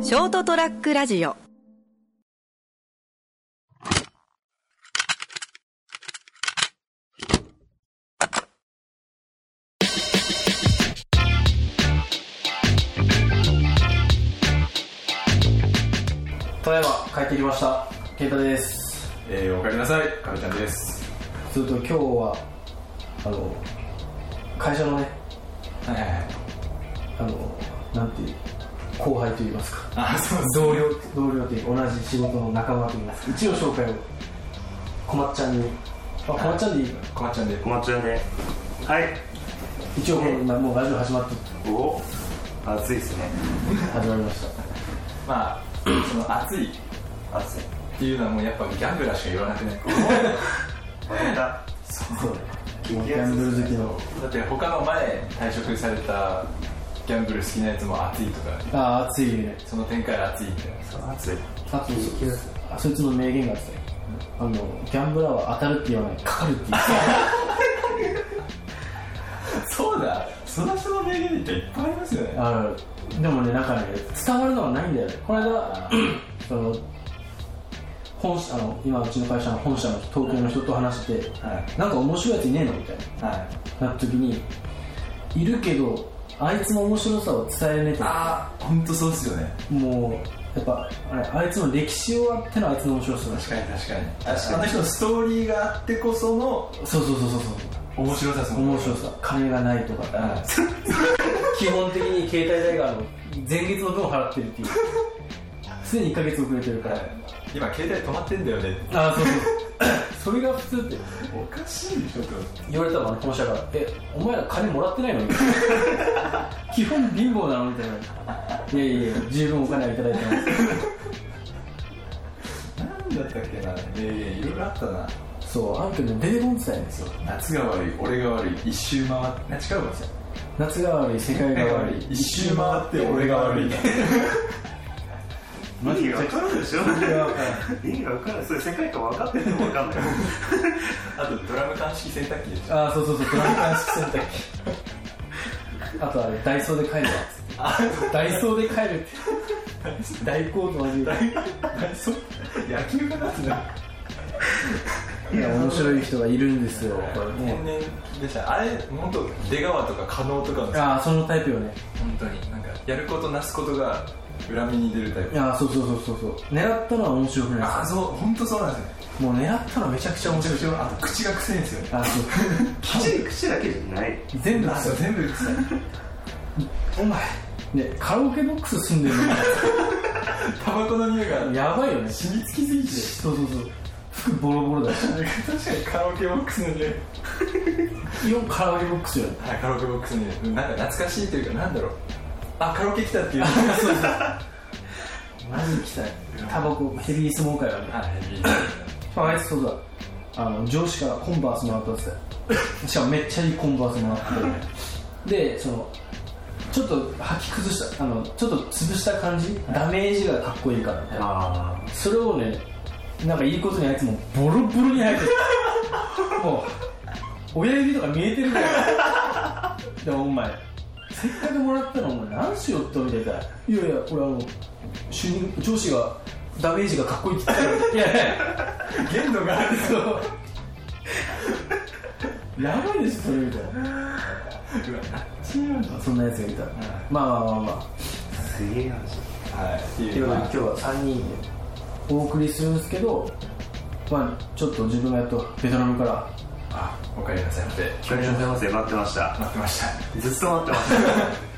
ショートトラックラジオただいま帰ってきました健太ですえー、おかえりなさい、かみちゃんです。ずっと今日はあの会社のねはいはいはい。あのなんていう後輩といいますかあ、そうです。同僚同僚という同じ仕事の仲間といいますかうちの紹介をこまっちゃんにあこまっちゃんでいいかなこまっちゃんで。お待ちだねはい一応もう今もうラジオ始まってお暑いですね始まりましたまあ、その暑いっ暑いていうのはもうやっぱギャンブラーしか言わなくない。まただそうね緊ギ急ャンブル好きのだって他の前退職されたギャンブル好きなやつも暑いとか、ああ熱いねその展開暑いみたいな。暑いあとそそいつの名言があってあのギャンブラーは当たるって言わないかかるって言うそうだ、その人の名言っていっぱいありますよね。あるでもねなんかね伝わるのはないんだよねこの間その本社あの今うちの会社の本社の人東京の人と話してて、はなんか面白いやついねえのみたいい。はい。ななった時にいるけどあいつの面白さを伝えねえとあー、ほんとそうっすよね。もうやっぱあれあいつの歴史をあってのあいつの面白さだし確かに確かに。あの人のストーリーがあってこそのそうそうそうそうそう面白さですもん面白さ金がないとかはい基本的に携帯代があの前月の分を払ってる っていうすでに1ヶ月遅れてるから、今携帯止まってんだよねってあそうそう それが普通っておかしいでしょと言われたのこの社から「えお前ら金もらってないの?」み たいな基本貧乏なのみたいな「いやいやいや十分お金はいただいてま何だったっけないやいやいろいろあったなす」そうあるけどね冷房伝えですよ夏が悪い俺が悪い一周回って違うんですよ夏が悪い世界が俺が悪悪い い一周回って俺が悪い意味わかるでしょわか意味わかるそれ世界観分かってても分かんない あとドラム鑑識洗濯機でしょああそうそうそうドラム鑑識洗濯機あとあれダイソーで帰るわダイソーで帰るって大コート交えそう野球かなってなていや面白い人がいるんですよこれ天ね然でしたあれ本当出川とか加納とかのああそのタイプよね本当になんかやることなすことが裏目に出るタイいプやそうそうそうそうそう狙ったのは面白くないですああそう本当そうなんですよねもう狙ったのめちゃくちゃ面白いでもあと口が臭いんですよねあそう口口だけじゃない全部あそう全部臭いお前ねカラオケボックス住んでるタバコの匂いがのやばいよ ね染みつきすぎてそうそうそう服ボロボロだし 確かにカラオケボックスの匂いイオンカラオケボックスよねはい、カラオケボックスに、なんか懐かしいというか、なんだろう。あ、カラオケ来たっていう。マジ汚いタバコヘビースモーカーやねはい、あいつそうだあの上司からコンバースもらったん ですよしかもめっちゃいいコンバースもらってでそのちょっと履き崩したあのちょっと潰した感じダメージがかっこいいからみたいなああそれをねなんかいいことにあいつもボロボロに入 ってるもう親指とか見えてるからでもお前せっかくもらったのお前何しよっとみたいないやいやこれあの主任上司がダメージがかっこいいって言ってたよいやいや限度がある。そうやばいでしょそれみたいなそんなやつがいたらまあまあまあまあすげえ話はい、ってといいうう。ことでま今日は3人でお送りするんですけどまあちょっと自分がやっとベトナムからあ、おかえりなさいませ。光の先生待ってました待ってました。ずっと待ってま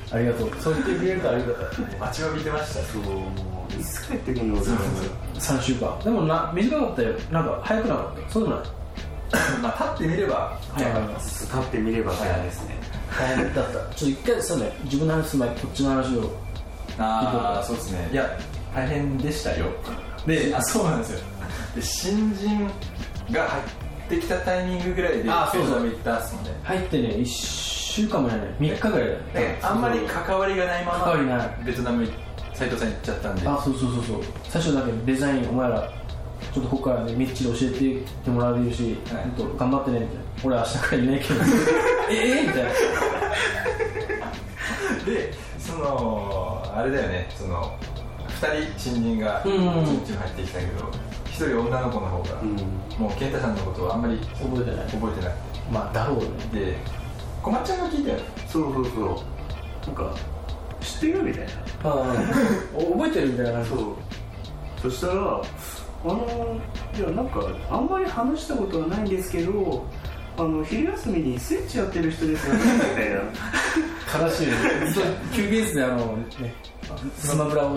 したありがとうそう言ってくれるとありがたい待ちわびてました。そうもういつ帰ってくるの俺も3週間でもな短かったよなんか早くなかったそうでもないまあ、立ってみれば、早かっ立ってみれば早いですねた大変だったちょっと一回そうね自分の話す前にこっちの話をああ、そうですね。いや、大変でしたよ。で、あ、そうなんですよ。で、新人が入ってきたタイミングぐらいで、あそうそうベトナム行ったっすもんね。入ってね1週間もやない3日ぐらいだよだからあんまり関わりがないま関わりないま、ベトナム、斉藤さん行っちゃったんで。あそうそうそうそう最初だけデザインお前らちょっとここからねみっちり教えてってもらえるし、はいほんと頑張ってねみたいな俺明日からいないけど ええみたいなでそのあれだよねその2人新人がうん1日も入ってきたけど、1人女の子の方が、うんもう健太さんのことはあんまり覚えてない覚えてなまあだろうねくてで小松ちゃんが聞いた よねそうそうそうなんか知ってるみたいなうん覚えてるみたいな感じそうそしたらあのいやなんかあんまり話したことはないんですけどあの昼休みにスイッチやってる人ですよねみたいな悲しいよねずっと休憩室であのねスマブラを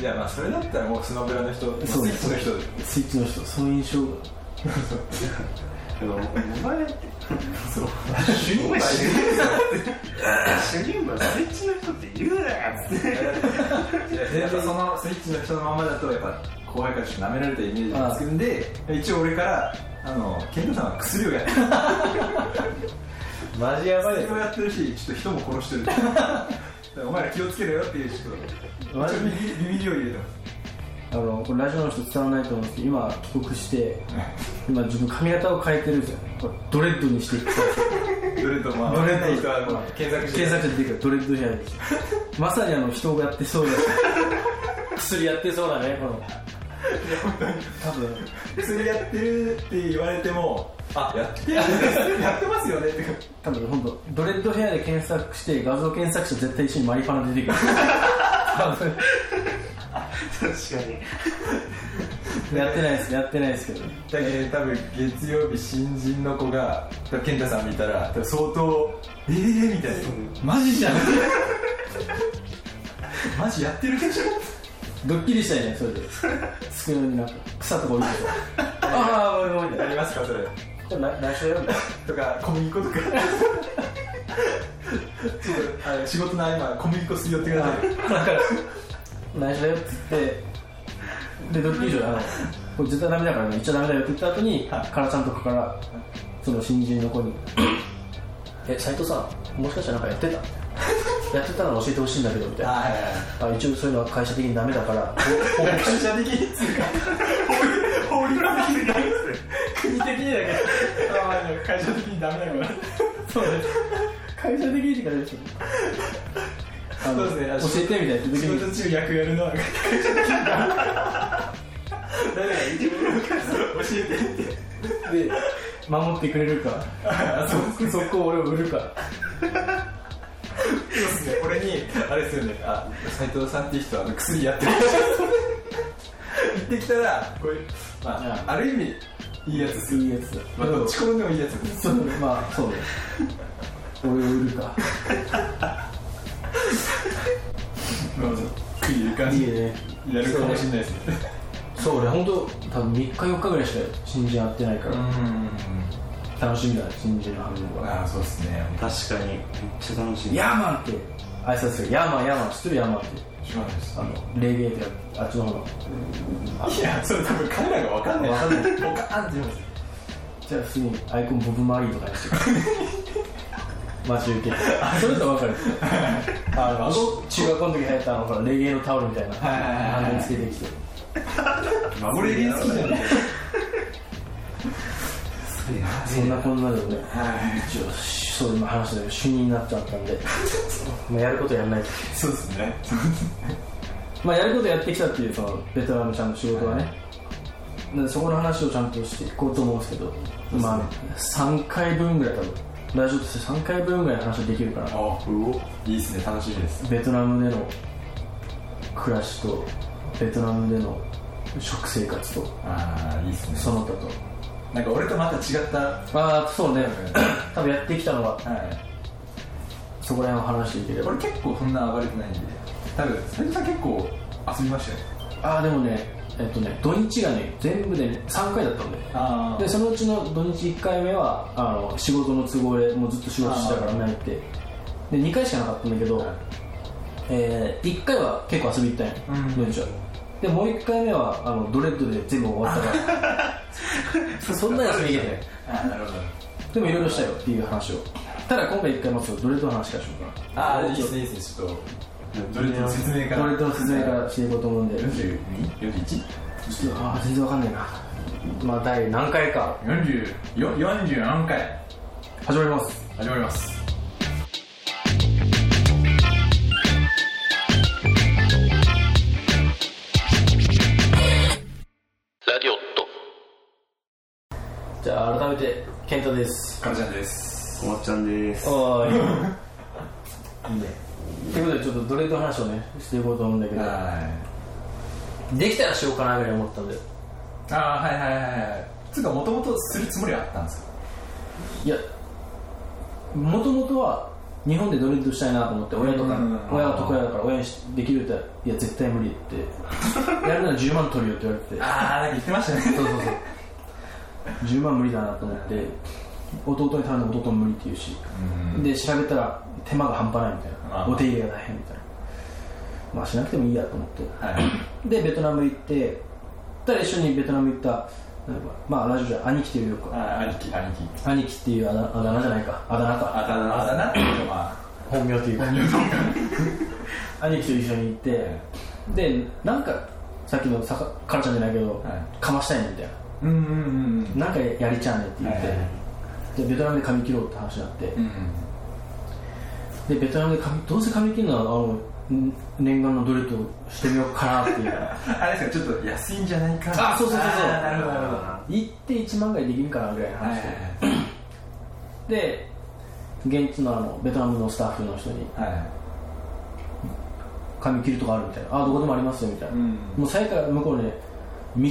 いやまあそれだったらもうスノブラの人スそうイッチの人スイッチの人その印象がでもお前ってそう主お前主任だって主任はスイッチの人って言うなよっつっていややっぱそのスイッチの人のままだとやっぱ後輩からちょっと舐められたイメージがつくんで一応俺からあの健太さんは薬をやってるマジや薬をやってるしちょっと人も殺してるだ からお前ら気をつけろよっていうちょっマとジ一応ビビビリを入れてますあのこれラジオの人伝わらないと思うんですけど今帰国して今自分髪型を変えてるじゃんこれドレッドにしていくどれとまあドレッドない人はもう検索して検索者出てくるドレッドじゃないですまさにあの人がやってそうだし薬やってそうだねこの多分薬やってるって言われてもあやってるやってますよねって多分本当ドレッドヘアで検索して画像検索したら絶対一緒にマリファナ出てくる多分確かにやってないですやってないですけどだけど多分月曜日新人の子が多分健太さん見たら多分相当ええー、みたいなマジじゃんマジやってるでしょドッキリしたいねそれで机になんか草とか置いてたああごめんごめんやりますかそれこれ来来週やるんだとか小麦粉とか ちょっとあの仕事の合間小麦粉すり寄ってくださいだから内緒だよっつってでドッキリ嬢があの「これ絶対ダメだからね言っちゃダメだよ」って言った後に、はいカラちゃんとかからその新人の子に「え斉藤さんもしかしたらなんかや ってたやってたら教えてほしいんだけど」みたいなはいはいあ一応そういうのは会社的にダメだ からはいなんか会社的にっつうか法律的にないっす国的にだけどあまあでも会社的にダメだからそうです会社的にって感じですよあのそうですねあの教えてみたいな言った時仕に事中役やるのは会社的にダメだから自分の教えてで守ってくれるかあ そうそ そこを俺を売るかそうですね、俺に、あれですよね、あ、斉藤さんっていう人はあの薬やってる。行ってきたら、こういう、まあ、ある意味、いいやつですよ。いいやつだまあ、どっち転んでもいいやつです。そうまあそうね俺を売るかまあ、食い入る感いいじ。ねやるかもしれないですね。そう俺本当多分3日4日ぐらいしか新人会ってないから、ん。楽しみだね新人の反応があ、そうですね。確かにめっちゃ楽し「みヤーマン」って挨拶する「ヤーマンヤーマン」知ってるヤーマンって知らないですあのレゲエってやつあっちの方のいや、それ多分彼らがわかんない。わかんないボカーンって言うんですよ。じゃあ普通にアイコンボブ・マリーとかにしてくれ待ち受けそれとわかるあの中学校の時流行ったあのほらレゲエのタオルみたいなはいはいはいはいあれにつけてきて俺原好きじゃないそんなこんなでねはい。一応そう今話したけど主任になっちゃったんで まあやることやらないとそうですね。まあ、やることやってきたっていうそのベトナムちゃんの仕事はね、でそこの話をちゃんとしていこうと思うんですけど、まあ、3回分ぐらい多分ラジオとして3回分ぐらい話できるからお、うおいいですね。楽しみです。ベトナムでの暮らしとベトナムでの食生活とああ、いいですねその他となんか俺とまた違った。ああそうね 多分やってきたのははい。そこら辺を話していければ俺結構そんな暴れてないんで多分斉藤さん結構遊びましたよねああでもねえっとね土日がね全部で、ね、3回だったんであでそのうちの土日1回目はあの仕事の都合でもうずっと仕事してたからないってで2回しかなかったんだけど、はいえ1回は結構遊び行ったんや、うん土日はでもう1回目はあのドレッドで全部終わったから そんなに遊び行けてないあなるほどでもいろいろしたよっていう話をただ今回1回まずドレッドの話からしようかなあーいいちでょっすねいいですねちょっとどれとの説明とからドレッドの説明からしていこうと思うんで 42?41?40 ちょっとあー全然わかんないなまあ第何回か44回始まります始まりますゃあ改めて健太ですかちゃんですおまっちゃんですおーい いいねということでちょっとドレッドの話をねしていこうと思うんだけどはできたらしようかなぐらい思ったんだよいああはいはいはいはいつうかもともとするつもりはあったんですよいやもともとは日本でドレッドしたいなと思って親とかうんうんうん親が得意だから親にしできるって言ったらいや絶対無理ってやるなら10万取るよって言われてああなんか言ってましたねそうそう そう10万無理だなと思って弟に頼んで弟も無理って言うしで調べたら手間が半端ないみたいあなあお手入れが大変みたいなまあしなくてもいいやと思ってはいでベトナム行ってたら一緒にベトナム行ったなんかまあラジオじゃ兄貴というよりかあ兄貴兄貴兄貴っていうあだあだ名じゃないかあだ名かあだ名あだ名っていうのは本名というか 兄貴と一緒に行ってでなんかさっきのさかかなちゃんじゃないけど、はいかましたいねみたいなうんうんうんなんかやりちゃうねって言って、はいはいはでベトナムで髪切ろうって話になって、うんでベトナムで髪どうせ髪切るならあのん念願のドレッドしてみようかなっていうあれですかちょっと安いんじゃないかあそうそうそうそう あーなるほどなるほど行って1万ぐらいできるかなぐらいのはいは話いで、で現地のあのベトナムのスタッフの人にはいは髪切るとかあるみたいなあどこでもありますよみたいな、うんもう最下向こうね道の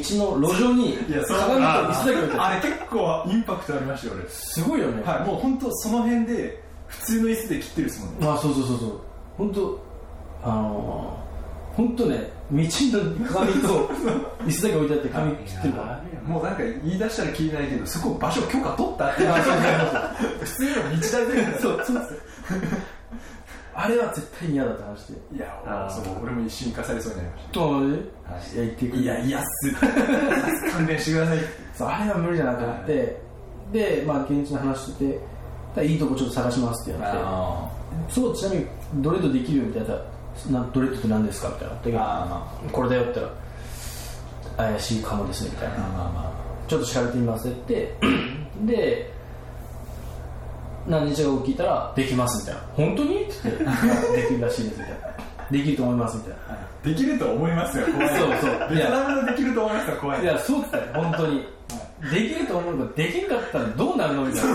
路上にいい鏡やとそ水だけ置ういてあるあれ結構インパクトありましたよすごいよね、俺はいもう本当その辺で普通の椅子で切ってるですもんねあそうそうそうそう本当あのー、本当ね道の鏡と椅子だけ置いてあって髪切ってるからいやもうなんか言い出したら切れないけどそこ場所許可取ったってあそうそうそう普通の道だ ねそうそうあれは絶対に嫌だって話でいやあーそう俺も一瞬行かされそうになりましどうたはいや行ってくいやいやっす勘弁してくださいそうあれは無理だなと思って、でまあ現地の話しててただいいとこちょっと探しますって言わあれてそうちなみにドレッドできるよみたいななドレッドって何ですかみたいなーでまこれだよって言ったら怪しいかもですねみたいあなまあまちょっと調べてみますって言って で何日か後聞いたらできますみたいな本当にって言ってはいできるらしいですみたいなできると思いますみたいなあはいできると思いますよ怖いそうそういベやトナムのできると思いますよ怖いいや、そうだよ、本当に。できると思うけど、できんかったらどうなるのみたいな。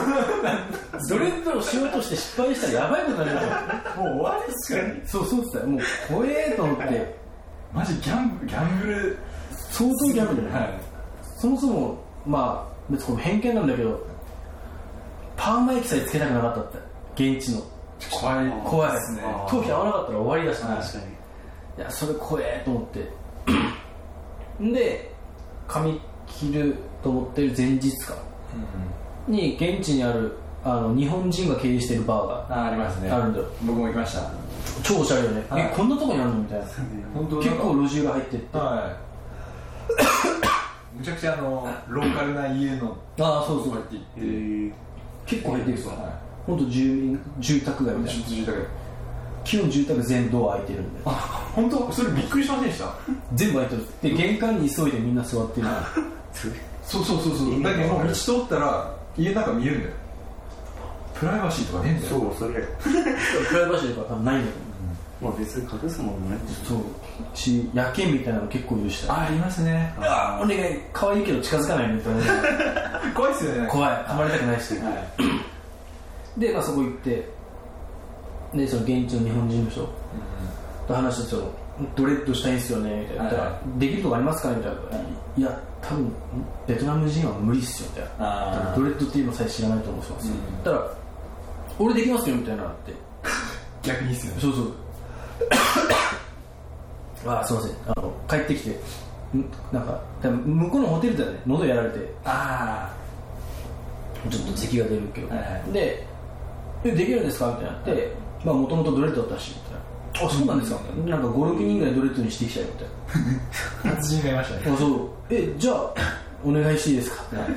ドレッドをしようとして失敗したらやばいことになるよ。もう終わりっすからねそう、そうだよ、もう怖えと思って、マジギャンブギャンブル相当ギャンブルだはよいそもそも、まあ、別にこれ偏見なんだけど、パーマ液さえつけたくなかったって、現地の。怖い怖いですねあー頭皮合わなかったら終わりだしな、はい確かにや、それ怖えと思って。ん で、髪切ると思ってる前日か。に現地にあるあの日本人が経営してるバーがあありますねあるんだよ僕も行きました超おしゃれよね、はいえこんなとこにあるのみたいな本当結構路地が入ってってあはい。 むちゃくちゃあのローカルな家のあそうこそううやって行って、え結構入ってるさは本当住民住宅街い。みちたいょなっと住宅。基本住宅全ドア開いてるんで本当それびっくりしませんでした。全部開いてるで玄関に急いでみんな座ってるそうそうそうそう。意味だけどわか道る通ったら家の中見えるんだよ。プライバシーとかねえんーだよ。そうそれプライバシーとか多分ないんだけまあ別に隠すもんねどそうし夜景みたいなの結構許したあありますね。あお願い可愛いけど近づかないねって思う怖いっすよね。怖い噛まれたくないしはで、まあ、そこ行ってでその現地の日本人の人と話してそのドレッドしたいんすよねみたいな、はいはできるとこありますかねみたいな、い、や多分ベトナム人は無理っすよみたいなあードレッドっていうのさえ知らないと思うんですよ、うんだから俺できますよみたいなのあってい。逆にっすよね。そうそう あーすいませんあの帰ってきてんなんか多分向こうのホテルだね喉やられてあちょっと咳が出るけど、はいはでえできるんですかみたいになって、まあもともとドレッドだったしみたいなあそうなんですかみたいななんか56人ぐらいドレッドにしてきちゃうみたいなあ。達人がいましたね。あそうえじゃあお願いしていいですかってなって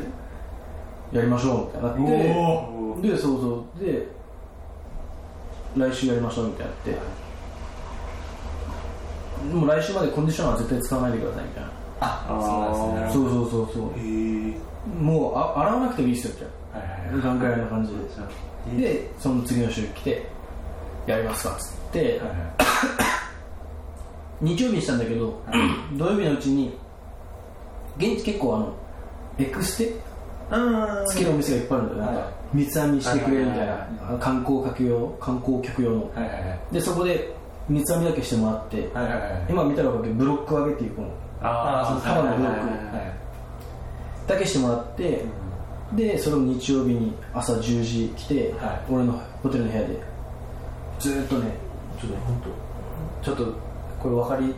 やりましょうみたいになっておでそうそうで来週やりましょうみたいになってもう来週までコンディショナーは絶対使わないでくださいみたいなあそうなんですそね。うそうそうそえーうもうあ洗わなくてもいいっすよみたいはいな考えの感じじゃあででその次の週来てやりますかっつって、はいはい。日曜日にしたんだけど、土曜日のうちに現地結構あのエクステうん好きなお店がいっぱいあるんだよ、なんはかい三つ編みしてくれるみたいはいはいな、観光客用観光客用の、はいはいはいでそこで三つ編みだけしてもらって、はいはいはい今見たら分かるけどブロック上げっていうこのああそう束のブロックはいだけしてもらって、でそれを日曜日に朝10時来て、はい俺のホテルの部屋でずーっとねちょっとね本当ちょっとこれ分かり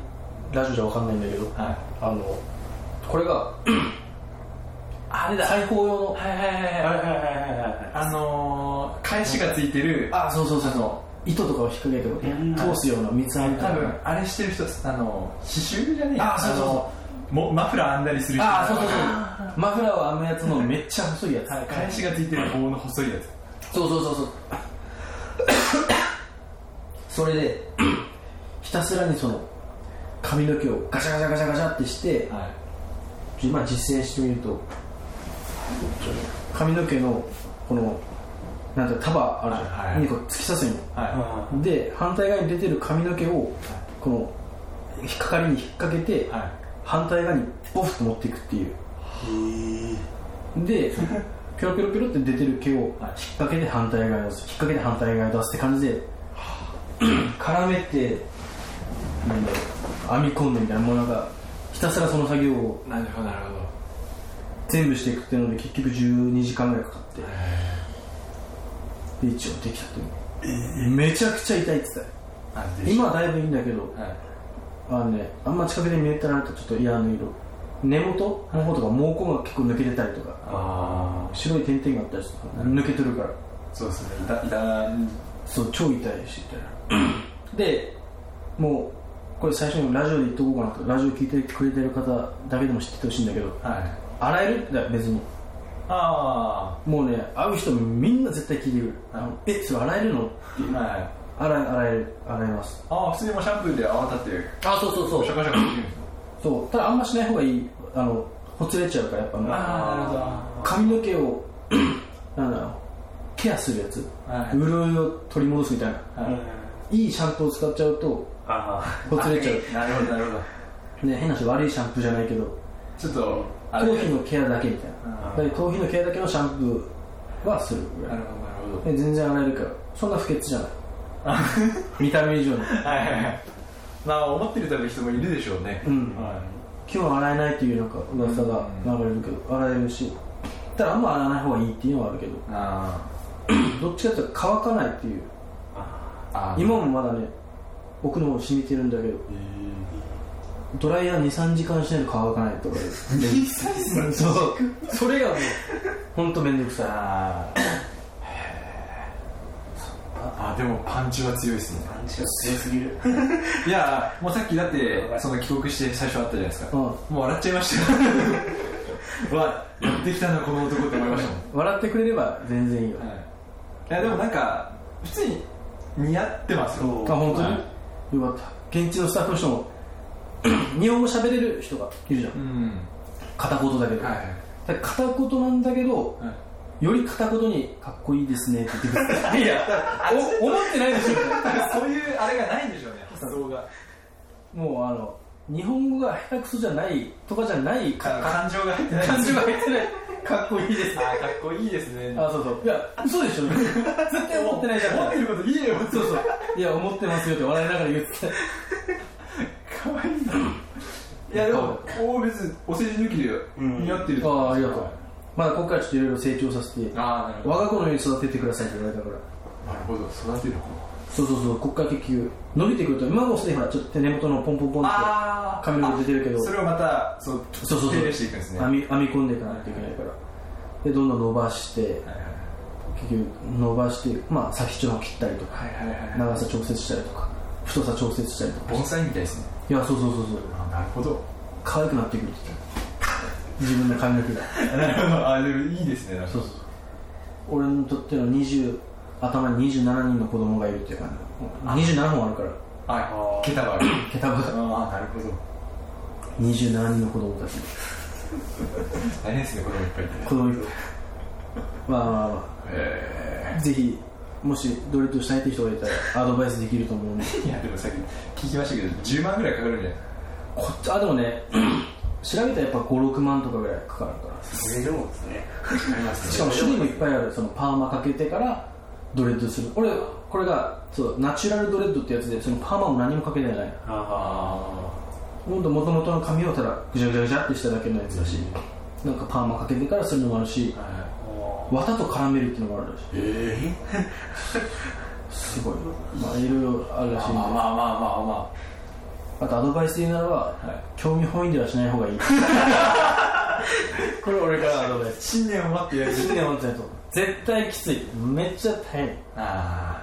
ラジオじゃ分かんないんだけど、はいあのこれがあれだ裁縫用のはいはいはいはいはいはいはいはいはいあのー、返しがついてる、あそうそうそうそう糸とかを引っ掛けてこううん通すような三つ編みとか多分あれしてる人、あのー、刺繍じゃねえやあそうそうそううもマフラー編んだりする人ああそうそうそうマフラーを編むやつのめっちゃ細いやつ、はい返しがついてる棒の細いやつそうそうそうそうそれで ひたすらにその髪の毛をガシャガシャガシャガシャってしてはい今実践してみると髪の毛のこのなんて束あるじはいゃはんいにこう突き刺すようにはで反対側に出てる髪の毛をこの引っかかりに引っ掛けて、いはい反対側にボフッと持っていくっていうへえでピロピロピロって出てる毛を引っはい掛けて反対側に出す引っ掛けて反対側に出すって感じで絡めてなんだろう編み込んでみたいなもうなんかひたすらその作業をなるほどなるほど全部していくっていうので結局12時間ぐらいかかってで一応できたというめちゃくちゃ痛いって言ってたよなんで今はだいぶいいんだけどはいあのねあんま近くで見えたらなとちょっと嫌な色根元の方とか毛根が結構抜けてたりとかああ白い点々があったりする抜けてるからそうですねいたいたそう超痛いしみた いなでもうこれ最初にラジオで言っとこうかなとラジオ聞いてくれてる方だけでも知っててほしいんだけどはい洗えるって別にあもうね会う人みんな絶対聞いてくる、あのえそれ洗えるのっていうあはい洗え洗える洗えますああ普通にもうシャンプーで泡立 ててあそうそうそシャカシャカできるんですよそうただあんましない方がいいあのほつれちゃうからやっぱねあーなるほど髪の毛を なんだろうケアするやつ、はい潤いを取り戻すみたいなはいいいシャンプーを使っちゃうとあほつれちゃうなるほどなるほどね、変な話悪いシャンプーじゃないけどちょっとあれ頭皮のケアだけみたいなだから頭皮のケアだけのシャンプーはするぐらないるほどなるほどで全然洗えるからそんな不潔じゃない 見た目以上にはいはいはいまあ思ってるための人もいるでしょうねうんは今日は洗えないっていうなんか噂が流れるけど洗えるしただあんま洗わない方がいいっていうのはあるけどいあどっちかっていうと乾かないっていうーあー今もまだね奥の方染みてるんだけどドライヤー23時間しないと乾かないとかで そうそれがもう本当面倒くさいあーあーでもパンチは強いですねあパンチが強すぎるいやーもうさっきだってその帰国して最初あったじゃないですか、うんもう笑っちゃいました よわやってきたなこの男って思いましたもん笑ってくれれば全然いいよ、はいいやでもなんか普通に似合ってますよあ本当に、はよかった現地のスタッフの人も 日本語喋れる人がいるじゃんうん片言だけど、はいだから片言なんだけどはいより片言に「かっこいいですね」って言ってくるいやお思ってないでしょみたいなそういうあれがないんでしょうね発想がもうあの日本語が下手くそじゃないとかじゃないか感情が入ってない感じが入ってないかっこいいですあーかっこいいですねあそうそういや嘘でしょ絶対思ってないじゃん思ってることいいよそうそういや思ってますよって笑いながら言ってかわいいないやでも大別にお世辞抜きで似合ってると思あああいりまがすとうまだここからちょっといろいろ成長させてああなるほ我が子のように育ててくださいって言われたからどなるほど育てる方そうそうそうこっから結局伸びてくると今もうすでにほらちょっと手根元のポンポンポンってあ髪の毛出てるけどそれをまたそうそうそうそう手入れしていくんですね編み編み込んでいかないといけないからでどんどん伸ばして結局伸ばしてまあ先っちょを切ったりとかはいはいはいはい長さ調節したりとか太さ調節したりとか盆栽みたいですねいやそうそうそうそうあなるほど可愛くなってくるって自分の髪の毛がなるほど あでもいいですねなんかそうそう俺にとっての20頭に27人の子供がいるっていう感じ27本あるからはい毛束がある桁がああなるほど27人の子供たち大変ですね子供いっぱいいて子供いっぱいまあまあまへあぜひもしドリッドしたいって人がいたらアドバイスできると思うんでえいやでもさっき聞きましたけど10万ぐらいかかるんじゃないこっちあでもね 調べたらやっぱ56万とかぐらいかかるからそれでもですねかりますしかも種類もいっぱいあるそのパーマかけてからドレッドする俺これがそうナチュラルドレッドってやつでそのパーマも何もかけてないあほんと元々の髪をただぐちゃぐちゃぐちゃってしただけのやつだしなんかパーマかけてからするのもあるしあは綿と絡めるっていうのもあるらしいええいすごいまあいろいろあるらしいんでまあまあまあまあまあとアドバイスで言うならば、あはい興味本位ではしない方がいい これ俺からのアドバイス新年を待ってやる新年本当にそう絶対きついめっちゃ大変あ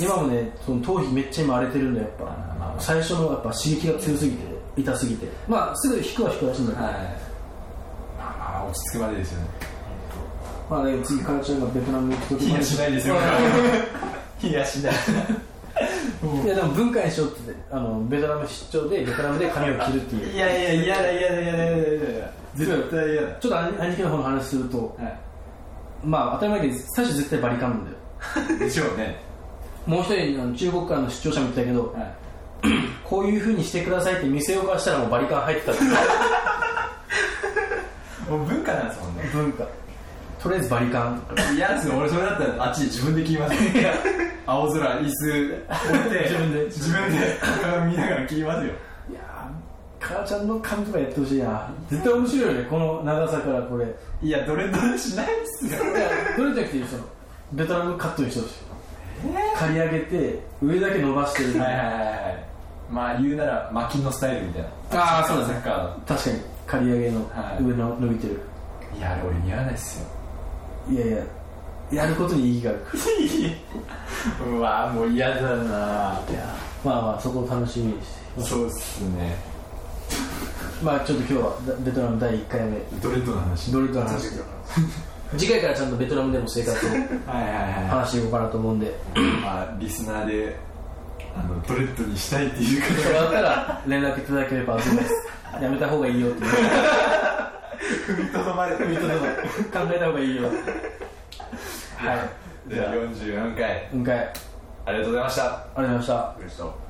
今もねその頭皮めっちゃ今荒れてるんだよやっぱ、あ最初のやっぱ刺激が強すぎて痛すぎてまあすぐ引くは引くらしいんだあけど、はいまあまあ落ち着くまでですよねまあね次母ちゃんがベトナムに行く時までないですよ いやしないいやでも文化にしようって言ってあのベトナム出張でベトナムで髪を切るっていういやいや嫌だ嫌だ嫌だ嫌だ嫌だ絶対嫌だちょっと兄兄貴の方の話するとまあ当たり前だけど最初絶対バリカンなんだよはいでしょうねもう一人あの中国からの出張者も言ってたけど、はい こういう風にしてくださいって店を貸したらもうバリカン入ってたっていうもう文化なんですもんね文化とりあえずバリカ ンとか嫌ですよ俺それだったらあっちで自分で切りますよ青空椅子置いて自分で自分で鏡見ながら切りますよいやー母ちゃんの髪とかやってほしいな絶対面白いよねこの長さからこれいやいやどれどれしないっすよどれじゃなくていいそのベトナムカットにしてほしい、刈り上げて上だけ伸ばしてるはいはいはいはいまあ言うなら巻きのスタイルみたいなああそうだサねッカー確かに刈り上げのはい上の伸びてる、のいやあれ俺似合わないっすよい、やいややることに意義があるからうわもう嫌だなまあまあそこを楽しみにしてそうっすねまあちょっと今日はだベトナム第1回目ドレッドの話ドリルの話次回からちゃんとベトナムでの生活をはいはいはい話していこうかなと思うんでまあ、リスナーであのドレッドにしたいっていうそれあったら連絡いただければ遊び ますやめた方がいいよっていう方踏みとどまれ踏みとどまる考えた方がいいよはいじゃあ44回今回ありありがとうございましたがとうございましたでした